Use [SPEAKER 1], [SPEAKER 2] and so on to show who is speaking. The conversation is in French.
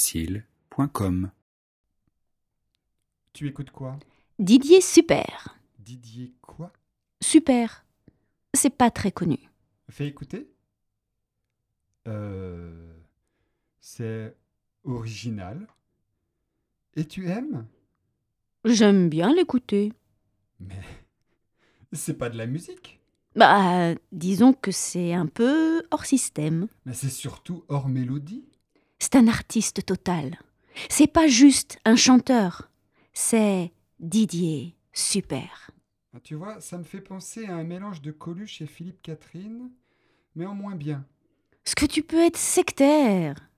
[SPEAKER 1] podcastfrancaisfacile.com
[SPEAKER 2] Tu écoutes quoi
[SPEAKER 3] Didier Super.
[SPEAKER 2] Didier quoi
[SPEAKER 3] Super. C'est pas très connu.
[SPEAKER 2] Fais écouter Euh. C'est original. Et tu aimes
[SPEAKER 3] J'aime bien l'écouter.
[SPEAKER 2] Mais. C'est pas de la musique
[SPEAKER 3] Bah, disons que c'est un peu hors système.
[SPEAKER 2] Mais c'est surtout hors mélodie
[SPEAKER 3] C'est un artiste total. C'est pas juste un chanteur. C'est Didier Super.
[SPEAKER 2] Ah, Tu vois, ça me fait penser à un mélange de Coluche et Philippe Catherine, mais en moins bien.
[SPEAKER 3] Ce que tu peux être sectaire.